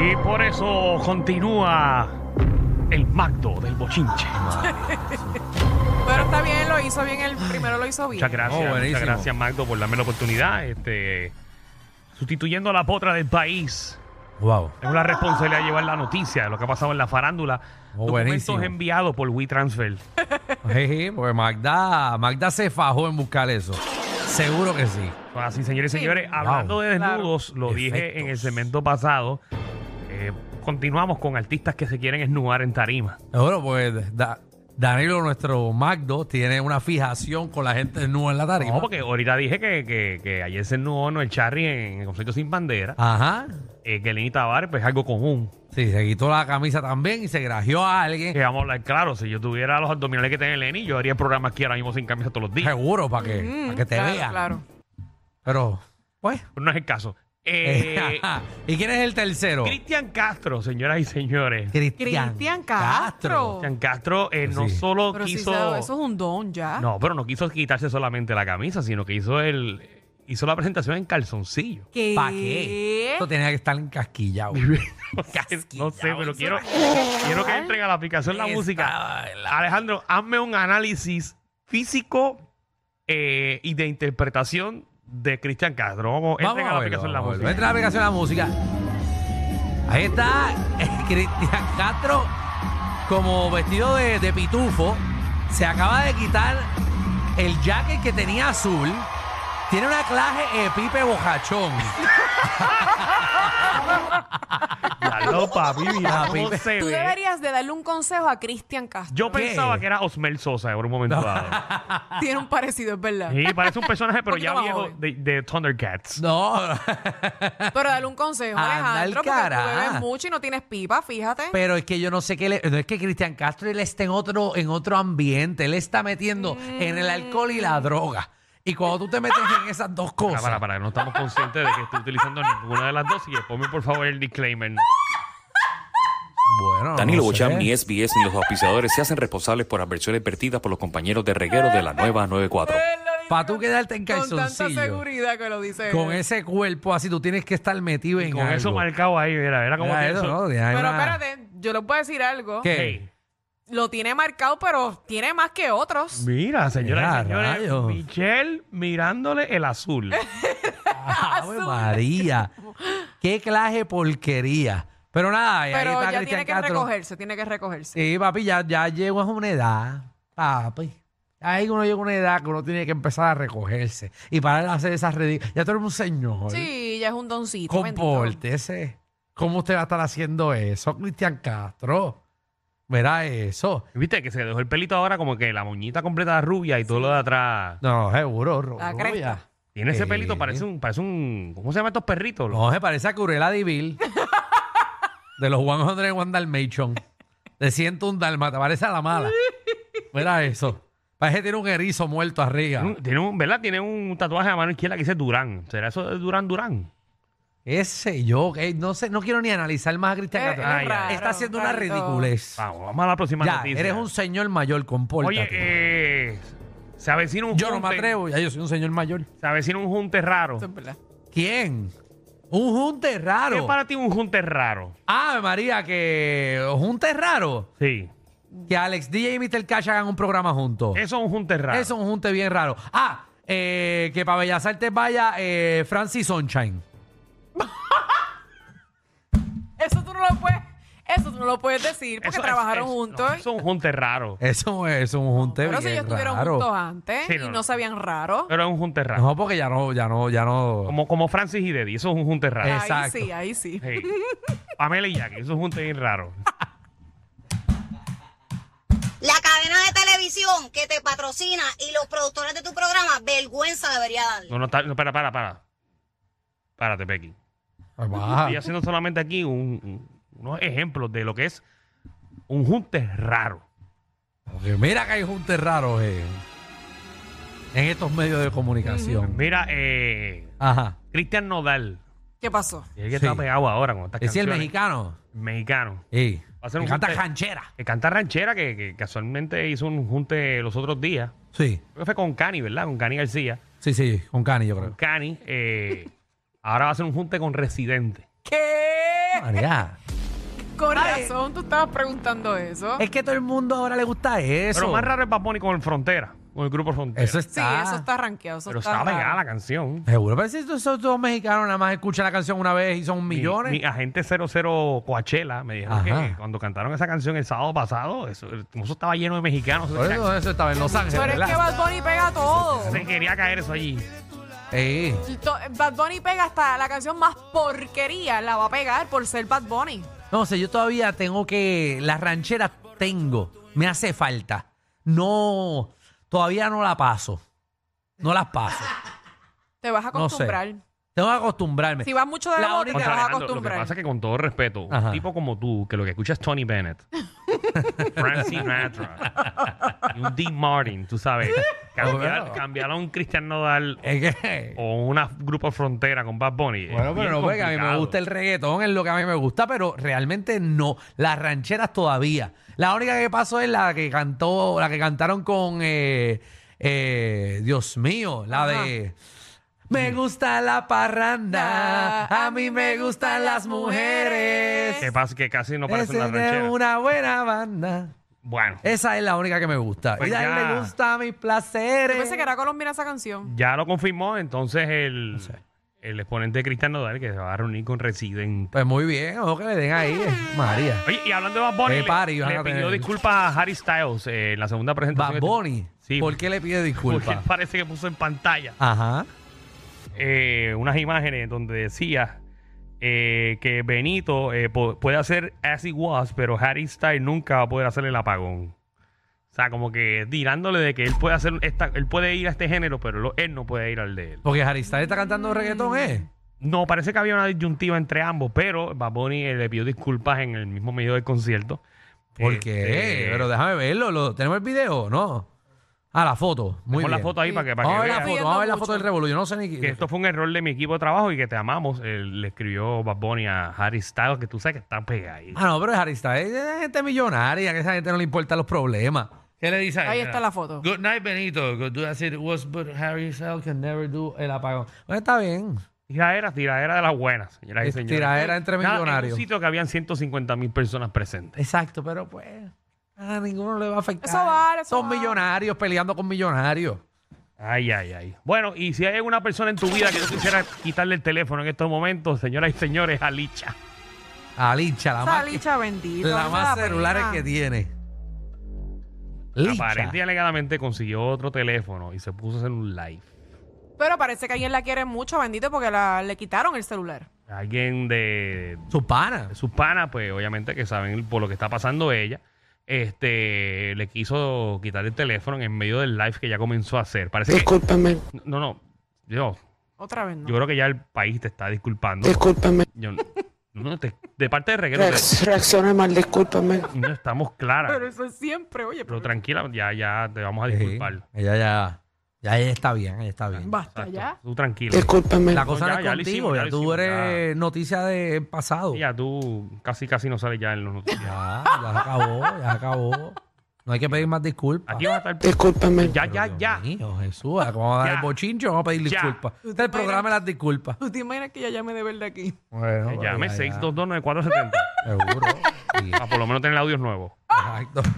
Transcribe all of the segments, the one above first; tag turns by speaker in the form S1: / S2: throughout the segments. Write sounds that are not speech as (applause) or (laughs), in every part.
S1: Y por eso continúa el Magdo del Bochinche.
S2: Pero está bien, lo hizo bien, el primero lo hizo bien.
S1: Muchas gracias,
S3: Oh, buenísimo.
S1: muchas gracias Magdo por darme la oportunidad. Este, sustituyendo a la potra del país.
S3: Wow. (laughs)
S1: Tengo la responsabilidad de llevar la noticia de lo que ha pasado en la farándula.
S3: Oh,
S1: documentos
S3: buenísimo.
S1: enviados por WeTransfer.
S3: Sí, porque Magda, Magda se fajó en buscar eso. Seguro que sí.
S1: Así, señores y
S2: Sí.
S1: señores, hablando de
S2: Claro.
S1: desnudos, lo dije en el
S3: Efectos.
S1: segmento pasado, eh, continuamos con artistas que se quieren esnudar en tarima.
S3: Seguro, pues Da- Danilo, nuestro Magdo, tiene una fijación con la gente desnuda en la tarima.
S1: No, porque ahorita dije que, que- que ayer se esnudó Noel Charry en el concierto sin bandera,
S3: Ajá.
S1: eh, que Lenny Tavares, pues es algo común.
S3: Sí, se quitó la camisa también y se grajeó a alguien.
S1: Que vamos a hablar claro, si yo tuviera los abdominales que tiene Lenny, yo haría el programa aquí ahora mismo sin camisa todos los días.
S3: Seguro, para que,
S2: Mm,
S3: pa' que te
S2: claro,
S3: vean.
S2: Claro.
S3: Pero, pues.
S1: Pero no es el caso. Eh,
S3: (laughs) ¿Y quién es el tercero?
S1: Cristian Castro, señoras y señores.
S2: Cristian Castro.
S1: Cristian Castro eh,
S3: Pues
S1: no
S3: sí.
S1: solo
S2: Pero si
S1: quiso...
S2: sabe, eso es un don ya.
S1: No, pero no quiso quitarse solamente la camisa, sino que hizo el hizo la presentación en calzoncillo.
S2: ¿Qué?
S3: ¿Para qué? Esto tenía que estar encasquillado.
S1: (laughs) no sé, no sé, pero
S3: Casquillao,
S1: quiero,
S3: eso
S1: quiero que entren a la aplicación la
S3: Estaba
S1: música.
S3: en la-
S1: Alejandro, hazme un análisis físico eh, y de interpretación de Cristian Castro. Vamos, entren a la
S3: verlo,
S1: aplicación la
S3: vamos a verlo.
S1: música.
S3: Entra a la aplicación de la música. Ahí está eh, (laughs) Cristian Castro como vestido de, de pitufo. Se acaba de quitar el jacket que tenía azul. Tiene una clase de pipe bojachón.
S1: (laughs) Ya lo, papi,
S3: (laughs)
S1: mira cómo
S3: Papi.
S1: se
S2: Tú
S1: ve.
S2: deberías de darle un consejo a Cristian Castro.
S1: Yo
S3: ¿Qué?
S1: pensaba que era Osmel Sosa por un momento
S3: (laughs)
S1: dado.
S2: Tiene un parecido, es verdad.
S3: Eh.
S1: Sí, parece un personaje, pero
S2: Un
S1: ya
S2: poquito más
S1: viejo
S2: joven.
S1: de, de Thundercats.
S3: No, (laughs)
S2: Pero dale un consejo,
S3: Anda al
S2: Alejandro, porque tú
S3: cara.
S2: bebes mucho y no tienes pipa, fíjate.
S3: pero es que yo no sé qué le. No es que Cristian Castro él está en otro, en otro ambiente. Él está metiendo en el alcohol y la droga. Y cuando tú te metes en esas dos
S1: Para,
S3: cosas.
S1: para, para, no estamos conscientes de que estoy utilizando ninguna de las dos. Y ponme por favor el disclaimer. ¿no?
S3: Bueno,
S4: Danilo
S3: no sé.
S4: Bocham, ni SBS ni los auspiciadores se hacen responsables por adversiones vertidas por los compañeros de reguero de la nueva 94.
S3: Pa' tú quedarte en
S2: Con tanta
S3: calzoncillo.
S2: seguridad que lo dice.
S3: Con
S2: él.
S3: ese cuerpo así, tú tienes que estar metido en
S1: Y con
S3: algo.
S1: eso marcado ahí, mira, mira cómo
S3: Mira
S1: tiene
S3: eso,
S1: eso.
S3: ¿no? Tiene
S2: Pero
S3: una-
S2: espérate, yo les puedo decir algo.
S3: ¿Qué?
S1: Hey,
S2: Lo tiene marcado, pero tiene más que otros.
S1: mira, señoras y
S3: Mira,
S1: señores,
S3: rayos.
S1: Michelle mirándole el azul.
S3: Ave María. Qué clase de porquería. Pero nada, ahí
S2: Pero
S3: está
S2: ya
S3: Cristian
S2: tiene que
S3: Castro.
S2: recogerse, tiene que recogerse.
S3: Sí, papi, ya, ya llego a una edad. Papi. Ahí uno llega a una edad que uno tiene que empezar a recogerse y parar de hacer esas ridículas. Ya tú eres un señor.
S2: Sí, ya es un doncito. bendito.
S3: Compórtese. ¿Cómo usted va a estar haciendo eso, Cristian Castro? Verá eso.
S1: ¿Viste? Que se dejó el pelito ahora como que la moñita completa rubia y todo lo de atrás.
S3: No, seguro,
S2: La
S3: rubia.
S2: cresta.
S1: Tiene ese
S3: Sí.
S1: pelito, parece un, parece un. ¿Cómo se llaman estos perritos?
S3: No, se parece a Curela Divil. de los 101 Dalmation. De 101 Dalmata. Parece a la mala. Mira eso. Parece que tiene un erizo muerto arriba.
S1: Tiene un- Tiene un, ¿Verdad? Tiene un tatuaje a mano izquierda que dice Durán. ¿Será eso de Durán Durán?
S3: Ese yo. eh, no sé, no quiero ni analizar más a Cristian
S2: Eh,
S3: Castro.
S1: Ay, ay,
S2: es raro,
S3: Está haciendo una
S2: rarito.
S3: ridiculez.
S1: Vamos, vamos a la próxima
S3: Ya,
S1: noticia.
S3: eres un señor mayor, compórtate.
S1: Oye, eh, se avecina un
S3: yo no me
S1: junte-
S3: atrevo, ya yo soy un señor mayor.
S1: Se avecina un junte raro.
S2: Eso es verdad.
S3: ¿Quién? Un junte
S1: ¿Qué es
S3: raro.
S1: para ti un junte raro?
S3: Ah, María, que junte raro.
S1: Sí.
S3: Que Alex DJ y Mr. Cash hagan un programa juntos.
S1: Eso es un junte raro.
S3: Eso es un junte bien raro. Ah, eh, que para Bellas Artes vaya eh, Francis Sunshine.
S2: Eso tú no lo puedes, eso tú no lo puedes decir porque
S1: Eso es-
S2: trabajaron
S1: es-
S2: juntos.
S1: no, eso es un junte raro.
S3: Eso es un junte
S2: pero si
S3: bien
S2: ellos estuvieron
S3: raro.
S2: juntos antes
S1: Sí,
S2: y
S1: no,
S2: no,
S1: no.
S2: sabían raro.
S1: Pero es un junte raro.
S3: No, porque ya no, ya no, ya no.
S1: Como, como Francis y Deddy, eso es un junte raro.
S3: Eh. exacto.
S2: Ahí sí, ahí sí.
S1: Sí. Pamela y Jackie, eso es un junte bien raro.
S5: La cadena de televisión que te patrocina y los productores de tu programa, vergüenza debería darle.
S1: No, no, está, no, para, para, para. Párate, Pequi.
S3: Ah. Ay, baja.
S1: Estoy haciendo solamente aquí un- un- unos ejemplos de lo que es un junte raro.
S3: Porque mira que hay juntes raros eh, en estos medios de comunicación.
S1: Mira, eh,
S3: Ajá.
S1: Cristian Nodal.
S2: ¿Qué pasó?
S1: Es el que
S3: Sí.
S1: está pegado ahora con estas
S3: Es el
S1: canciones.
S3: mexicano.
S1: Mexicano.
S3: Sí.
S1: Va a ser
S3: Que
S1: un
S3: canta
S1: junte-
S3: canchera.
S1: Que canta ranchera, que, que casualmente hizo un junte los otros días.
S3: Sí.
S1: Creo que fue con Cani, ¿verdad? Con Cani García.
S3: Sí, sí, con Cani, yo creo.
S1: Cani, eh, ahora va a hacer un junte con Residente.
S2: ¿Qué?
S3: María.
S2: Con razón, tú estabas preguntando eso.
S3: Es que todo el mundo ahora le gusta eso.
S1: Pero más raro es Bad Bunny con el Frontera, con el grupo Frontera.
S3: Eso
S2: Sí,
S3: está.
S2: eso está rankeado. Eso
S1: Pero está
S2: raro.
S1: pegada la canción.
S3: Seguro, pero si estos son todos mexicanos, nada más escuchan la canción una vez y son
S1: Mi-
S3: millones.
S1: Mi, agente 00 Coachella me dijo
S3: Ajá.
S1: que cuando cantaron esa canción el sábado pasado, eso, como eso estaba lleno de mexicanos. eso
S3: Por
S1: era-
S3: eso, eso estaba en Los Ángeles.
S2: Pero es que
S3: ¿verdad?
S2: Bad Bunny pega todo.
S1: se quería caer eso allí.
S3: Sí.
S2: To- Bad Bunny pega hasta la canción más porquería, la va a pegar por ser Bad Bunny.
S3: No sé, yo todavía tengo que. Las rancheras tengo. Me hace falta. No. Todavía no la paso. No las paso.
S2: Te vas a
S3: No sé.
S2: acostumbrar.
S3: Tengo que acostumbrarme.
S2: Si vas mucho de
S3: La
S2: la bote,
S3: única-
S2: te
S1: Contra,
S2: vas a
S1: Alejandro, lo que
S2: acostumbrar.
S1: pasa es que con todo respeto,
S3: Ajá.
S1: un tipo como tú, que lo que escuchas es Tony
S3: (laughs)
S1: Bennett, Frank Sinatra y un Dean Martin, tú sabes, cambiar,
S3: bueno.
S1: cambiar a un Cristian Nodal
S3: Es que.
S1: o una grupo frontera con Bad Bunny. es
S3: Bueno, pero
S1: bien
S3: no, porque a mí me
S1: complicado.
S3: gusta el reggaetón, es lo que a mí me gusta, pero realmente no. Las rancheras todavía. La única que pasó es la que cantó, la que cantaron con eh, eh, Dios mío, la de Me gusta la parranda, a mí me gustan las mujeres.
S1: Que, pasa que casi no parece una
S3: Esa es
S1: ranchera.
S3: de una Eh. buena banda.
S1: Bueno,
S3: Esa es la única que me gusta.
S1: Pues
S3: y a
S1: ya.
S3: él le gusta mis
S2: Yo
S3: placeres.
S2: pensé que era colombiana esa canción.
S1: ya lo confirmó entonces el, el exponente de Cristian Nodal que se va a reunir con Resident.
S3: Pues muy bien, ojo que le den ahí, eh, María.
S1: Oye, y hablando de Bad Bunny,
S3: Qué
S1: le-
S3: party
S1: le,
S3: van a
S1: pidió
S3: tener.
S1: disculpas a Harry Styles eh, en la segunda presentación.
S3: Bad Bunny,
S1: Sí.
S3: ¿por qué le pide
S1: Porque él
S3: disculpas?
S1: (laughs) parece que puso en pantalla
S3: Ajá.
S1: eh, unas imágenes donde decía eh, que Benito eh, po- puede hacer as he was, pero Harry Styles nunca va a poder hacer el apagón. O sea, como que tirándole de que él puede hacer esta, él puede ir a este género, pero lo- él no puede ir al de él.
S3: Porque Harry Styles está cantando reggaetón, ¿eh?
S1: No, parece que había una disyuntiva entre ambos, pero Bad Bunny eh, le pidió disculpas en el mismo medio del concierto.
S3: ¿Por
S1: Este,
S3: qué? Pero déjame verlo. ¿lo- ¿Tenemos el video? No. Ah, la foto. Muy
S1: pon
S3: bien.
S1: la foto ahí para que, para que
S3: Vamos a ver la
S1: veas
S3: foto, vamos a ver la
S2: Pidiendo
S3: foto del
S2: mucho.
S3: revolú. Yo no sé ni qué.
S1: que esto fue un error de mi equipo de trabajo y que te amamos. Eh, le escribió Bad Bunny a Harry Styles, que tú sabes que está pegado ahí.
S3: Ah, no, pero Harry Styles es gente millonaria, que a esa gente no le importan los problemas.
S6: ¿Qué le dice
S2: Ahí está la foto.
S6: Good night, Benito. Good do as it was, but Harry Styles can never do el apagón. Pues
S3: Bueno, está bien.
S1: Tiradera, tiradera de las buenas, señoras y
S3: Es
S1: señores.
S3: tiradera entre
S1: Nada, en
S3: millonarios.
S1: un sitio que habían 150 mil personas presentes.
S3: Exacto, pero pues a ninguno le va a afectar.
S2: Eso vale, eso
S3: Son
S2: vale.
S3: millonarios peleando con millonarios.
S1: Ay, ay, ay. Bueno, y si hay alguna persona en tu vida que no quisiera quitarle el teléfono en estos momentos, señoras y señores, Alicha.
S3: A Licha, la
S2: Esa
S3: más,
S2: licha bendita.
S3: la
S2: me
S3: más
S2: da
S3: celulares
S2: pena.
S3: que tiene.
S1: Aparentemente y
S3: Licha.
S1: alegadamente consiguió otro teléfono y se puso a hacer un live.
S2: Pero parece que alguien la quiere mucho, bendito, porque la, le quitaron el celular.
S1: Alguien de,
S3: Su pana.
S1: de sus panas, pues obviamente que saben por lo que está pasando ella, este le quiso quitar el teléfono en medio del live que ya comenzó a hacer. Parece
S3: (laughs)
S1: que,
S7: Discúlpame,
S1: no, no, yo,
S2: Otra vez, ¿no?
S1: yo creo que ya el país te está disculpando.
S7: discúlpame.
S1: Yo- no, te- de parte de reguero, te-
S7: Reacc- Reaccioné mal, discúlpame.
S1: no estamos claras.
S2: Pero
S1: Pero,
S2: eso es siempre, oye. pero-
S1: tranquila, ya, ya te vamos a
S3: Sí,
S1: disculpar.
S3: Ella ya, ya ella está bien, ella está bien.
S2: Basta
S1: Exacto.
S2: ya.
S1: Tú tranquila.
S7: Discúlpame.
S3: La cosa
S1: ya,
S3: no es
S1: ya lo
S3: contigo,
S1: hicimos, ya
S3: ya,
S1: lo
S3: tú
S1: hicimos,
S3: eres noticia del pasado. Ya,
S1: Ya tú casi casi no sales ya en los noticias.
S3: ya se acabó, ya se acabó. No hay que pedir más disculpas.
S1: Aquí va a estar.
S7: Discúlpame.
S1: Ya,
S3: Pero
S1: ya,
S3: Dios
S1: ya.
S3: mío, Jesús, ahora que vamos a dar
S1: Ya.
S3: el bochincho, vamos a pedir
S1: Ya.
S3: disculpas. Este es el programa de las disculpas.
S2: ¿Tú te imaginas que ella llame de verdad aquí?
S3: Bueno, pues,
S1: Que Llame
S3: ya, ya,
S1: 6229470.
S3: (laughs)
S1: (laughs)
S3: Seguro. Sí,
S1: Para Ah, por lo menos tener audios nuevos.
S3: exacto. (laughs)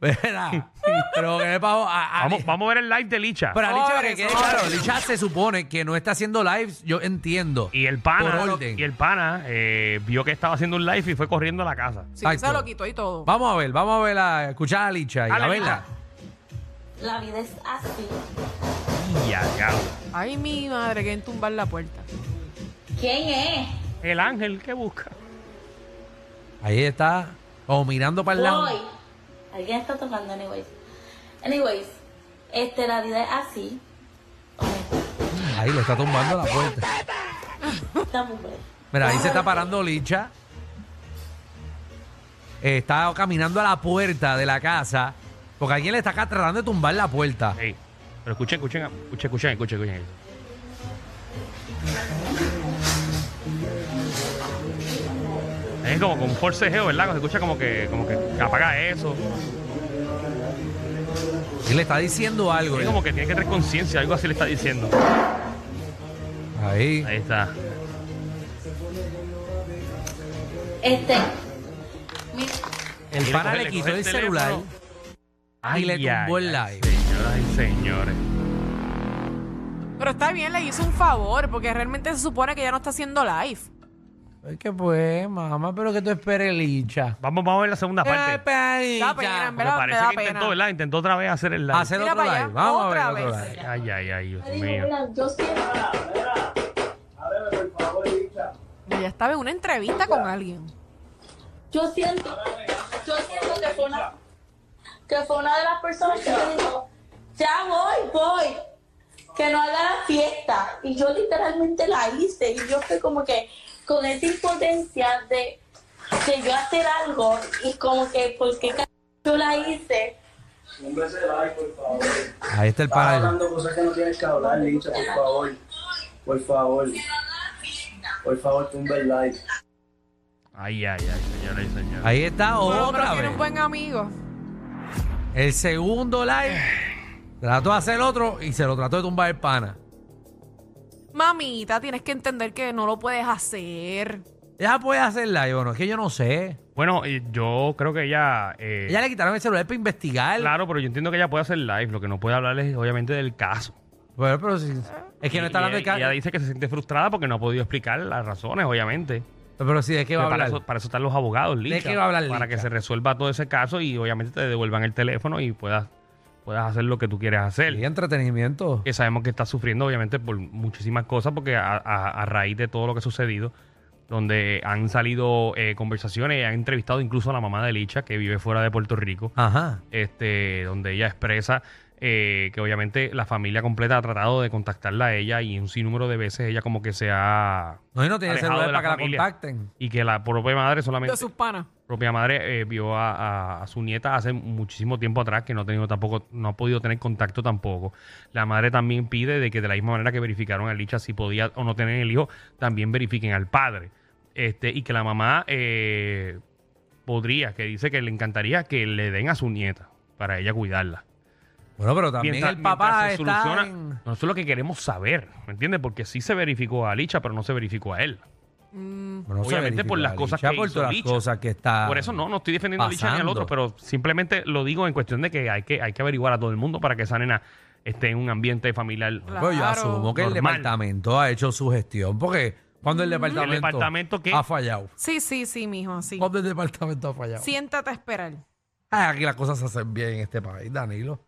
S3: Mira, pero que vamos a, a-
S1: Vamos, vamos a ver el live de Licha.
S3: Pero a Licha, para
S2: Pobre
S3: que quede
S2: Sol.
S3: claro, Licha se supone que no está haciendo lives, yo entiendo.
S1: Y el pana,
S3: Por orden.
S1: y el pana eh, vio que estaba haciendo un live y fue corriendo a la casa.
S2: Sí,
S3: Exacto.
S2: se lo quitó y todo.
S3: Vamos a ver, vamos a ver a escuchar a Licha y
S1: Dale,
S3: a verla.
S8: La vida es así.
S1: Y ya, ya.
S2: Ay, mi madre, que en tumbar la puerta.
S8: ¿Quién es?
S1: El ángel que busca.
S3: Ahí está, o mirando para el lado.
S8: Voy. Alguien está tocando, anyways. Anyways, este, la vida es así.
S3: Ahí le está tumbando la puerta.
S8: Está muy bien.
S3: Mira, ahí se está parando Licha. Eh, Está caminando a la puerta de la casa. Porque alguien le está acá tratando de tumbar la puerta.
S1: Ey, Pero escuchen, escuchen, escuchen, escuchen, escuchen, escuchen. Es como con un forcejeo, ¿verdad? Se escucha como que, como que apaga eso.
S3: Y le está diciendo algo.
S1: Es
S3: eh.
S1: como que tiene que tener conciencia, algo así le está diciendo.
S3: Ahí ahí.
S1: Ahí está.
S8: Este. mi-
S3: El
S1: Y
S3: pana
S1: coge-
S3: le quitó
S1: coge
S3: el, celular
S1: teléfono.
S3: y le
S1: Ay,
S3: tumbó el
S1: ay,
S3: live.
S1: Señoras y señores.
S2: Pero está bien, le hizo un favor, porque realmente se supone que ya no está haciendo live.
S6: Es que pues, mamá, pero que tú esperes, Licha.
S1: Vamos, vamos a ver la segunda parte.
S2: Da pena, en
S1: Porque
S2: verdad, me
S1: parece
S2: da
S1: que intentó,
S2: pena.
S1: ¿verdad? Intentó otra vez hacer el live.
S3: Hacer
S2: pues, Mira
S3: otro
S2: para allá,
S3: live. Vamos
S2: otra
S3: a ver otro
S2: vez.
S3: live.
S1: Ay, ay, ay, Dios mío.
S2: Ya estaba en una entrevista con alguien.
S8: Yo siento, yo siento que fue una, que fue una de las personas que me dijo, ya voy, voy, que no haga la fiesta. Y yo literalmente la hice y yo fui como que con esa impotencia de, de yo hacer algo y como que, ¿por qué ca- yo la hice?
S3: Ahí está el pana.
S9: cosas que no tienes que hablar, Licha, por favor. Por favor. Por favor, tumba el like.
S1: Ay, ay, ay, señores y señores.
S3: Ahí está
S2: Pero pero
S3: otra
S2: tiene
S3: vez.
S2: un buen amigo.
S3: El segundo live. Trató de hacer otro y se lo trató de tumbar el pana.
S2: Mamita, tienes que entender que no lo puedes hacer.
S3: Ella puede hacer live o no, es que yo no sé.
S1: Bueno, eh, yo creo que ella. eh,
S3: Ella le quitaron el celular para investigar.
S1: Claro, pero yo entiendo que ella puede hacer live. Lo que no puede hablar es, obviamente, del caso.
S3: Bueno, pero si- es que no está
S1: Y- y
S3: hablando de
S1: ella- Ella
S3: cara.
S1: dice que se siente frustrada porque no ha podido explicar las razones, obviamente.
S3: Pero sí, ¿de qué va a
S1: Pero para,
S3: hablar?
S1: eso, para eso están los abogados, Licha.
S3: qué va a hablar
S1: Para que
S3: Licha?
S1: se resuelva todo ese caso y obviamente te devuelvan el teléfono y puedas, puedas hacer lo que tú quieres hacer.
S3: Y entretenimiento.
S1: Que sabemos que está sufriendo, obviamente, por muchísimas cosas, porque a, a- a raíz de todo lo que ha sucedido, donde han salido eh, conversaciones, han entrevistado incluso a la mamá de Licha, que vive fuera de Puerto Rico
S3: Ajá.
S1: este, donde ella expresa eh, que obviamente la familia completa ha tratado de contactarla a ella y un sinnúmero de veces ella como que se ha
S3: No, y no tiene
S1: alejado
S3: celular
S1: de la
S3: para que
S1: familia.
S3: la contacten.
S1: y que la propia madre
S2: De
S1: solamente
S2: sus panas.
S1: propia madre eh, vio a, a- a su nieta hace muchísimo tiempo atrás que no ha tenido tampoco no ha podido tener contacto tampoco la madre también pide de que de la misma manera que verificaron a Licha si podía o no tener el hijo también verifiquen al padre este y que la mamá eh, podría que dice que le encantaría que le den a su nieta para ella cuidarla
S3: Bueno, pero también
S1: Mientras-
S3: el papá
S1: mientras se
S3: está
S1: soluciona,
S3: en-
S1: no, eso es lo que queremos saber, ¿me entiendes? Porque sí se verificó a Licha, pero no se verificó a él.
S3: Bueno, no se
S1: Obviamente por
S3: verifica
S1: las
S3: la
S1: cosas
S3: licha,
S1: que
S3: por
S1: hizo
S3: todas las
S1: Licha.
S3: cosas que está
S1: Por eso no, no estoy defendiendo a Licha ni al
S3: pasando.
S1: otro, pero simplemente lo digo en cuestión de que hay que, hay que averiguar a todo el mundo para que esa nena esté en un ambiente familiar.
S2: Claro.
S3: Pero Pues yo asumo que el
S1: Normal. Mm,
S3: departamento ha hecho su gestión porque cuando el departamento,
S1: departamento qué?
S3: ha fallado,
S2: Sí, sí, sí, mijo, sí.
S3: cuando el departamento ha fallado.
S2: Siéntate a esperar.
S3: Ay, aquí las cosas se hacen bien en este país, Danilo.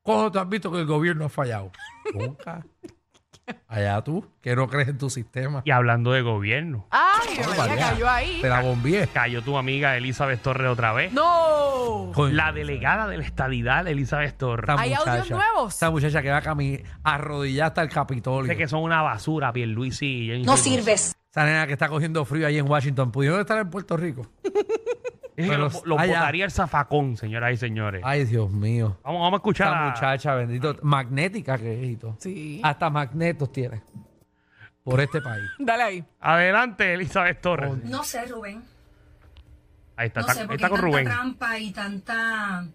S3: ¿Cuándo tú has visto que el gobierno
S2: (laughs)
S3: ha fallado? Nunca. Allá tú, que no crees en tu sistema.
S1: Y hablando de gobierno,
S2: Ay,
S3: Vamos
S2: María,
S3: para allá.
S2: cayó ahí.
S3: Te la bombié.
S1: cayó tu amiga Elizabeth Torres otra vez.
S2: ¡No!
S3: Coño,
S1: La delegada de la estadidad, Elizabeth Torres.
S3: esta
S2: ¿Hay audios
S3: muchacha-
S2: nuevos?
S3: Esta muchacha que va a caminar arrodillada hasta el Capitolio.
S1: Dice que son una basura, Pierluisi y Jennifer.
S5: No sirves.
S3: Esa nena que está cogiendo frío ahí en Washington, pudieron estar en Puerto
S1: (laughs)
S3: Rico.
S1: Dice que
S3: Pero
S1: los los
S3: allá.
S1: botaría el zafacón, señoras y señores.
S3: Ay, Dios mío.
S1: Vamos, vamos a escuchar
S3: Esa
S1: a-
S3: muchacha, bendito, magnética que es y todo.
S2: Sí.
S3: Hasta magnetos tiene por este país.
S2: Dale ahí.
S1: Adelante, Elizabeth Torres.
S10: No sé, Rubén.
S1: Ahí está,
S10: No
S1: está,
S10: sé, porque
S1: está
S10: hay
S1: con
S10: tanta
S1: Rubén.
S10: trampa y tanta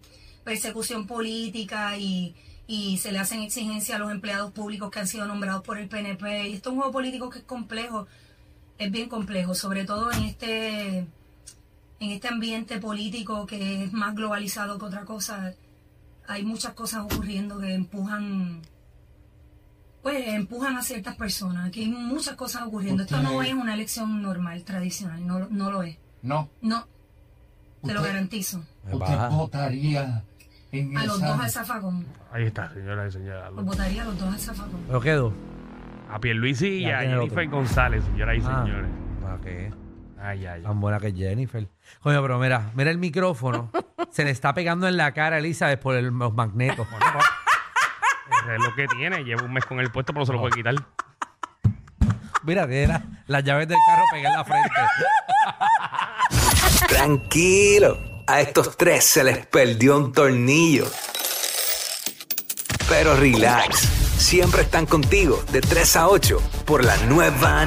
S10: persecución política y, y se le hacen exigencias a los empleados públicos que han sido nombrados por el PNP. Y esto es un juego político que es complejo, es bien complejo, sobre todo en este, en este ambiente político que es más globalizado que otra cosa. Hay muchas cosas ocurriendo que empujan pues empujan a ciertas personas. Aquí hay muchas cosas ocurriendo. Esto no es una elección normal, tradicional, no, no lo es. No. No, te lo garantizo.
S3: Me baja.
S10: A los dos al zafacón.
S1: Ahí está, señoras y señores.
S10: Los votaría a los dos al zafacón.
S3: Pero quedó.
S1: A Pierluisi y
S3: Ya
S1: a
S3: tiene el otro.
S1: Jennifer González, señoras y
S3: Ah,
S1: señores.
S3: ¿para qué?
S1: Ay, ay, ay.
S3: Tan buena que es Jennifer. Coño, pero mira, mira
S1: (laughs)
S3: el micrófono. Se le está pegando en la cara a Elizabeth por el-
S1: (laughs)
S3: los magnetos.
S1: Ese es lo que tiene. Lleva un mes con el puesto, pero se lo puede quitar.
S3: mira, tiene la- las llaves del carro pegadas en la frente.
S9: Tranquilo. A estos tres se les perdió un tornillo. Pero relax. Siempre están contigo de 3 a 8 por la nueva